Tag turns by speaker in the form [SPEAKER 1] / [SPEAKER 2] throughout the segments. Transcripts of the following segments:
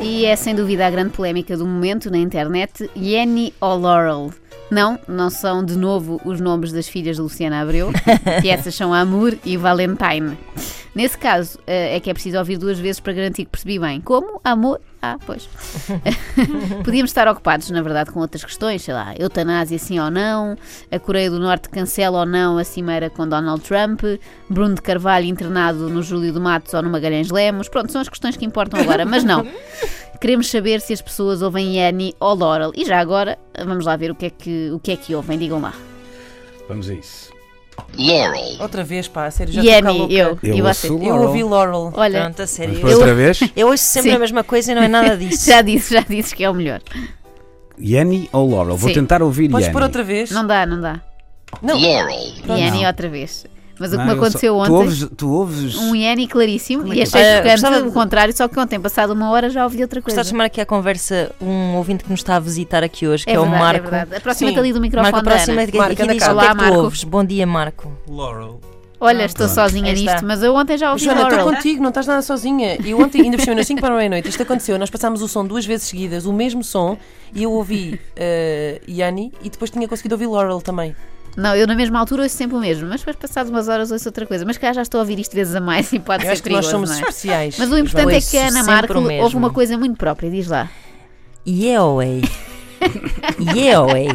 [SPEAKER 1] E é sem dúvida a grande polémica do momento na internet, Yenny ou Laurel. Não, não são de novo os nomes das filhas de Luciana Abreu, que essas são Amor e Valentine. Nesse caso, eh, é que é preciso ouvir duas vezes para garantir que percebi bem. Como? Amor? Ah, pois. Podíamos estar ocupados, na verdade, com outras questões, sei lá, eutanásia sim ou não, a Coreia do Norte cancela ou não a cimeira com Donald Trump, Bruno de Carvalho internado no Júlio de Matos ou no Magalhães Lemos. Pronto, são as questões que importam agora, mas não. Queremos saber se as pessoas ouvem Annie ou Laurel. E já agora, vamos lá ver o que é que, o que, é que ouvem, digam lá.
[SPEAKER 2] Vamos a isso.
[SPEAKER 3] Laurel.
[SPEAKER 4] Outra vez, pá, a sério, já estou cá
[SPEAKER 1] Yenny,
[SPEAKER 4] louca.
[SPEAKER 1] é eu,
[SPEAKER 2] Eu
[SPEAKER 1] e você.
[SPEAKER 2] ouço
[SPEAKER 4] Eu ouvi Laurel.
[SPEAKER 1] Olha.
[SPEAKER 4] Pronto, é a sério.
[SPEAKER 2] Vamos
[SPEAKER 4] Eu,
[SPEAKER 2] para outra vez?
[SPEAKER 4] eu ouço sempre
[SPEAKER 1] Sim.
[SPEAKER 4] a mesma coisa e não é nada disso.
[SPEAKER 1] Já disse, já disse que é o melhor.
[SPEAKER 2] Yanni ou Laurel? Vou
[SPEAKER 1] Sim.
[SPEAKER 2] tentar ouvir
[SPEAKER 4] Podes
[SPEAKER 2] Yanni.
[SPEAKER 4] pôr outra vez?
[SPEAKER 1] Não dá, não dá.
[SPEAKER 4] Não.
[SPEAKER 3] Laurel.
[SPEAKER 4] Pronto.
[SPEAKER 1] Yenny outra vez. Mas o que
[SPEAKER 2] Não,
[SPEAKER 1] me
[SPEAKER 2] eu só-
[SPEAKER 1] aconteceu
[SPEAKER 2] Tu
[SPEAKER 1] ontem.
[SPEAKER 2] ouves, tu ouves
[SPEAKER 1] Um Yenny claríssimo
[SPEAKER 2] é
[SPEAKER 1] e
[SPEAKER 2] que
[SPEAKER 1] achei
[SPEAKER 4] eu-
[SPEAKER 1] chocante
[SPEAKER 4] Gostava de-
[SPEAKER 1] o contrário, só que ontem, passado uma hora, já ouvi outra coisa.
[SPEAKER 4] Gostava de chamar aqui à conversa um ouvinte que nos está a visitar aqui hoje, que
[SPEAKER 1] É
[SPEAKER 4] é, o
[SPEAKER 1] verdade, é
[SPEAKER 4] Marco.
[SPEAKER 1] verdade. Aproxima-te
[SPEAKER 4] Sim.
[SPEAKER 1] ali do microfone
[SPEAKER 4] Marco,
[SPEAKER 1] da Ana.
[SPEAKER 4] aproxima-te aqui
[SPEAKER 1] Marco,
[SPEAKER 4] e
[SPEAKER 1] anda
[SPEAKER 4] diz
[SPEAKER 1] cá.
[SPEAKER 4] o que é
[SPEAKER 1] Olá,
[SPEAKER 4] que
[SPEAKER 1] Marco.
[SPEAKER 4] tu ouves. Bom dia, Marco.
[SPEAKER 5] Laurel.
[SPEAKER 1] Olha, estou sozinha
[SPEAKER 4] Aí está.
[SPEAKER 1] nisto, mas eu ontem já ouvi
[SPEAKER 6] Joana, estou
[SPEAKER 1] Laurel.
[SPEAKER 6] contigo, não estás nada sozinha. E ontem, ainda por cima, nas 5 para a meia-noite, isto aconteceu. Nós passámos o som duas vezes seguidas, o mesmo som, e eu ouvi eh, Yanni e depois tinha conseguido ouvir Laurel também.
[SPEAKER 1] Não, eu na mesma altura ouço sempre o mesmo, mas depois passadas umas horas ouço outra coisa. Mas cá já estou a ouvir isto vezes a mais e pode
[SPEAKER 6] Eu
[SPEAKER 1] ser
[SPEAKER 6] acho que nós
[SPEAKER 1] perigoso,
[SPEAKER 6] somos
[SPEAKER 1] não é?
[SPEAKER 6] especiais.
[SPEAKER 1] Mas o importante é que a
[SPEAKER 4] ouço
[SPEAKER 1] Ana
[SPEAKER 4] sempre
[SPEAKER 1] Marco
[SPEAKER 4] o mesmo.
[SPEAKER 1] houve uma coisa muito própria, diz lá.
[SPEAKER 4] Yeoway. Yeoway.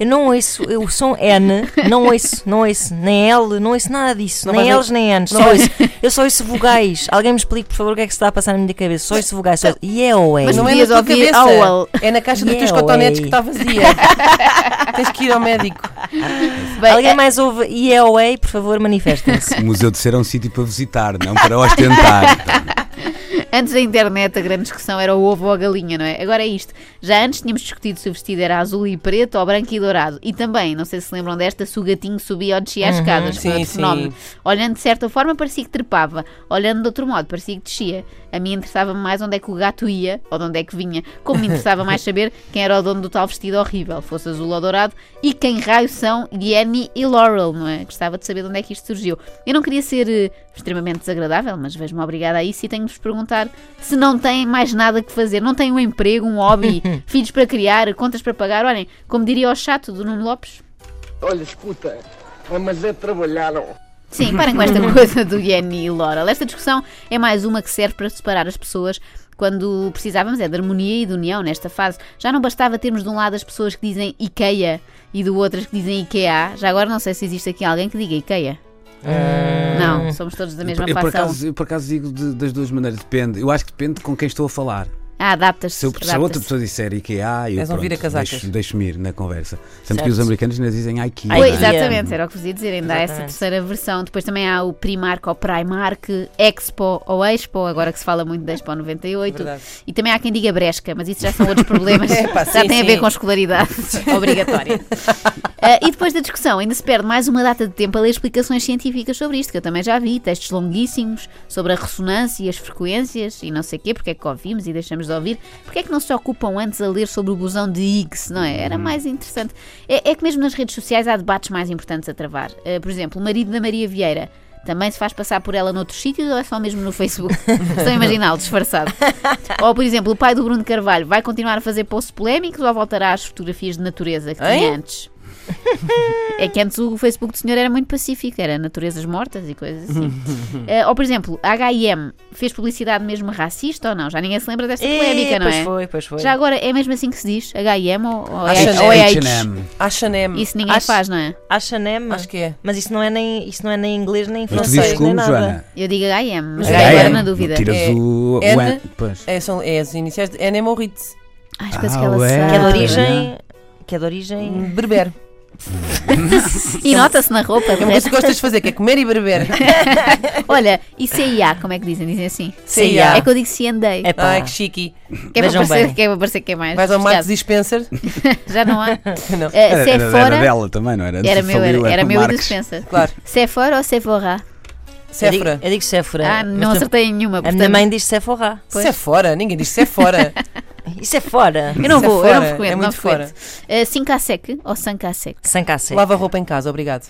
[SPEAKER 4] Eu não ouço, eu, o som N, não ouço, não ouço, nem L, não ouço nada disso,
[SPEAKER 6] Não
[SPEAKER 4] nem
[SPEAKER 6] vais-
[SPEAKER 4] L's nem N's,
[SPEAKER 6] não
[SPEAKER 4] só ouço, eu só ouço vogais. Alguém me explique, por favor, o que é que se está a passar na minha cabeça, só ouço vogais, só ouço Yeoway.
[SPEAKER 6] Mas não é na
[SPEAKER 1] Podias
[SPEAKER 6] tua
[SPEAKER 1] ouvir
[SPEAKER 6] cabeça,
[SPEAKER 1] Owl.
[SPEAKER 6] é na caixa dos teus
[SPEAKER 4] Yeah,
[SPEAKER 6] cotonetes
[SPEAKER 4] ué.
[SPEAKER 6] que está vazia. Tens que ir ao médico.
[SPEAKER 1] Bem,
[SPEAKER 4] Alguém
[SPEAKER 1] eh,
[SPEAKER 4] mais ouve Yeoway, por favor, manifestem-se.
[SPEAKER 2] O Museu de Ser é um sítio para visitar, não para ostentar.
[SPEAKER 1] antes da internet a grande discussão era o ovo ou a galinha, não é? Agora é isto. Já antes tínhamos discutido se o vestido era azul e preto ou branco e dourado. E também, não sei se se lembram desta, se o gatinho subia ou descia as escadas. foi
[SPEAKER 6] Uhum, sim,
[SPEAKER 1] outro
[SPEAKER 6] sim.
[SPEAKER 1] fenómeno. Olhando de certa forma parecia que trepava, olhando de outro modo parecia que descia. A mim interessava mais onde é que o gato ia ou de onde é que vinha, como me interessava mais saber quem era o dono do tal vestido horrível, fosse azul ou dourado, e quem raio são Yanni e Laurel, não é? Gostava de saber de onde é que isto surgiu. Eu não queria ser eh, extremamente desagradável, mas vejo-me obrigada a isso e tenho de vos perguntar se não têm mais nada que fazer, não têm um emprego, um hobby, filhos para criar, contas para pagar, olhem, como diria o chato do Nuno Lopes.
[SPEAKER 7] Olha, escuta, mas é trabalharam.
[SPEAKER 1] Sim, parem com esta coisa do Yenny e Laurel. Esta discussão é mais uma que serve para separar as pessoas quando precisávamos é de harmonia e de união nesta fase. Já não bastava termos de um lado as pessoas que dizem IKEA e do outro as que dizem IKEA. Já agora não sei se existe aqui alguém que diga IKEA. Não, somos todos da mesma
[SPEAKER 2] É. eu, por
[SPEAKER 1] facção.
[SPEAKER 2] acaso, eu por acaso digo de- das duas maneiras, depende. Eu acho que depende com quem estou a falar.
[SPEAKER 1] Ah, adaptas-se.
[SPEAKER 2] Se, eu, se a outra
[SPEAKER 1] adaptas-se.
[SPEAKER 2] pessoa disser IKEA, eu
[SPEAKER 6] És um
[SPEAKER 2] pronto,
[SPEAKER 6] vira-casacas.
[SPEAKER 2] deixo- deixo-me ir na conversa. Tanto que
[SPEAKER 4] Certo.
[SPEAKER 2] os americanos ainda dizem IKEA.
[SPEAKER 4] Ai,
[SPEAKER 2] não é?
[SPEAKER 1] Pois, exatamente, era o que vos ia dizer. Ainda há essa
[SPEAKER 4] Exatamente.
[SPEAKER 1] terceira versão. Depois também há o Primark ou Primark, Expo ou Expo, agora que se fala muito da Expo 98.
[SPEAKER 6] Verdade.
[SPEAKER 1] e também há quem diga Bresca, mas isso já são outros problemas.
[SPEAKER 6] Epá,
[SPEAKER 1] já
[SPEAKER 6] É, sim,
[SPEAKER 1] tem a
[SPEAKER 6] sim.
[SPEAKER 1] ver com escolaridade obrigatória. Ah, e depois da discussão, ainda se perde mais uma data de tempo a ler explicações científicas sobre isto, que eu também já vi, textos longuíssimos sobre a ressonância e as frequências e não sei o quê, porque é que ouvimos e deixamos de ouvir. Porque é que não se ocupam antes a ler sobre o blusão de Higgs, não é?
[SPEAKER 6] Hum.
[SPEAKER 1] Era mais interessante. É, é que mesmo nas redes sociais há debates mais importantes a travar. Ah, por exemplo, o marido da Maria Vieira. Também se faz passar por ela noutros sítios ou é só mesmo no Facebook? Estão a imaginá-lo disfarçado. Ou, por exemplo, o pai do Bruno de Carvalho vai continuar a fazer posts polémicos ou voltará às fotografias de natureza que tinha
[SPEAKER 6] Hein?
[SPEAKER 1] antes? É que antes o Facebook do senhor era muito pacífico, era naturezas mortas e coisas assim. Eh, ou, por exemplo, a H&M fez publicidade mesmo racista ou não? Já ninguém se lembra dessa polémica,
[SPEAKER 4] Eh,
[SPEAKER 1] não
[SPEAKER 4] pois
[SPEAKER 1] é?
[SPEAKER 4] foi, pois foi.
[SPEAKER 1] Já agora é mesmo assim que se diz? H&M ou, ou, é-
[SPEAKER 6] H&M.
[SPEAKER 1] ou é H?
[SPEAKER 2] H&M.
[SPEAKER 6] À Chanel.
[SPEAKER 1] Isso ninguém
[SPEAKER 4] Acho-
[SPEAKER 1] faz, não é?
[SPEAKER 4] Acha Nema?
[SPEAKER 6] Acho que é.
[SPEAKER 4] Mas isso não é nem, isso não é nem inglês, nem
[SPEAKER 2] Mas tu
[SPEAKER 4] francês,
[SPEAKER 1] é
[SPEAKER 2] dizes
[SPEAKER 4] nem
[SPEAKER 2] como,
[SPEAKER 4] nada.
[SPEAKER 2] Joana? É,
[SPEAKER 1] Eu digo H&M, mas
[SPEAKER 6] Mas
[SPEAKER 1] agora
[SPEAKER 6] H&M,
[SPEAKER 1] na dúvida.
[SPEAKER 2] Tiras
[SPEAKER 6] É
[SPEAKER 2] o, o
[SPEAKER 6] N.
[SPEAKER 2] N, pois.
[SPEAKER 6] É, são, é as iniciais de Anne Moritz.
[SPEAKER 1] Ai, as coisas
[SPEAKER 2] Ah,
[SPEAKER 1] que ela
[SPEAKER 2] ué.
[SPEAKER 4] Que é de
[SPEAKER 2] Ah,
[SPEAKER 1] sabe.
[SPEAKER 4] origem... Que é de
[SPEAKER 1] Hum.
[SPEAKER 4] origem...
[SPEAKER 6] Berber.
[SPEAKER 1] E nota-se na roupa. de
[SPEAKER 6] É uma coisa
[SPEAKER 1] resto.
[SPEAKER 6] que gostas de fazer, que é comer e beber.
[SPEAKER 1] Olha, e CIA, como é que dizem? Dizem assim.
[SPEAKER 4] CIA.
[SPEAKER 1] É que eu digo C&A. É,
[SPEAKER 4] Epá.
[SPEAKER 6] Ai, que chique.
[SPEAKER 1] que é para
[SPEAKER 4] vejam
[SPEAKER 1] parecer
[SPEAKER 4] bem.
[SPEAKER 1] que é, para parecer que é mais.
[SPEAKER 6] Vais ao Marcos
[SPEAKER 1] arriscado.
[SPEAKER 6] e Spencer.
[SPEAKER 1] Já não há.
[SPEAKER 6] Não. É.
[SPEAKER 1] Eh,
[SPEAKER 2] Era, era- era
[SPEAKER 1] Sephora-
[SPEAKER 2] dela também, não era? Antes
[SPEAKER 1] Era
[SPEAKER 2] de
[SPEAKER 1] meu,
[SPEAKER 2] falir,
[SPEAKER 4] é
[SPEAKER 1] era, era meu e do
[SPEAKER 2] Marques.
[SPEAKER 1] Spencer.
[SPEAKER 6] Claro. é
[SPEAKER 1] Sephora ou Sephora?
[SPEAKER 4] Eu digo,
[SPEAKER 6] Sephora.
[SPEAKER 4] É, eu digo Sephora.
[SPEAKER 1] Ah,
[SPEAKER 4] mas
[SPEAKER 1] não
[SPEAKER 4] tu-
[SPEAKER 1] acertei em nenhuma.
[SPEAKER 4] A
[SPEAKER 1] Portanto,
[SPEAKER 4] minha mãe diz Sephora.
[SPEAKER 1] Pois.
[SPEAKER 6] Sephora. é Ninguém diz Sephora.
[SPEAKER 4] Isso é fora.
[SPEAKER 1] Eu não
[SPEAKER 6] Isso é
[SPEAKER 1] vou, eu não
[SPEAKER 6] fora,
[SPEAKER 1] frequento,
[SPEAKER 6] é
[SPEAKER 1] não
[SPEAKER 6] muito fora.
[SPEAKER 1] frequento. Eh, 5K ou 5K
[SPEAKER 4] Sem cacete.
[SPEAKER 6] Lava roupa em casa, obrigado.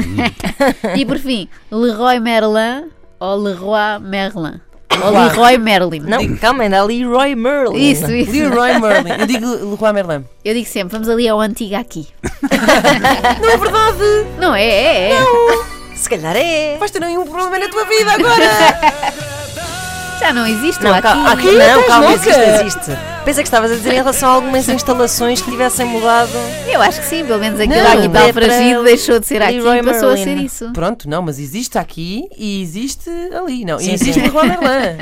[SPEAKER 1] E por fim, Leroy Merlin ou Leroy Merlin? Ou Leroy Merlin.
[SPEAKER 4] Não, calma, ainda há Leroy Merlin.
[SPEAKER 1] Isso, isso.
[SPEAKER 6] Leroy Merlin. Eu digo Leroy Merlin.
[SPEAKER 1] Eu digo sempre, vamos ali ao antigo aqui.
[SPEAKER 6] Não é verdade!
[SPEAKER 1] Não é? É, é.
[SPEAKER 4] Se calhar é.
[SPEAKER 6] Vais ter nenhum problema na tua vida agora!
[SPEAKER 1] Já não existe o
[SPEAKER 4] Não,
[SPEAKER 1] aqui. é
[SPEAKER 4] calma, aqui,
[SPEAKER 6] Aqui,
[SPEAKER 4] não,
[SPEAKER 6] estás
[SPEAKER 4] calma,
[SPEAKER 6] louca?
[SPEAKER 4] existe, existe. Pensei que estavas a dizer em relação a algumas instalações que tivessem mudado.
[SPEAKER 1] Eu acho que sim, pelo menos aquele
[SPEAKER 4] Não,
[SPEAKER 1] aqui de
[SPEAKER 4] é
[SPEAKER 1] Alfragido
[SPEAKER 4] para
[SPEAKER 1] deixou de ser aqui
[SPEAKER 4] Leroy
[SPEAKER 1] e passou a ser
[SPEAKER 4] Merlin.
[SPEAKER 1] isso.
[SPEAKER 6] Pronto, não, mas existe aqui e existe ali. Não,
[SPEAKER 4] Sim,
[SPEAKER 6] e existe
[SPEAKER 4] sim.
[SPEAKER 6] Leroy Merlin.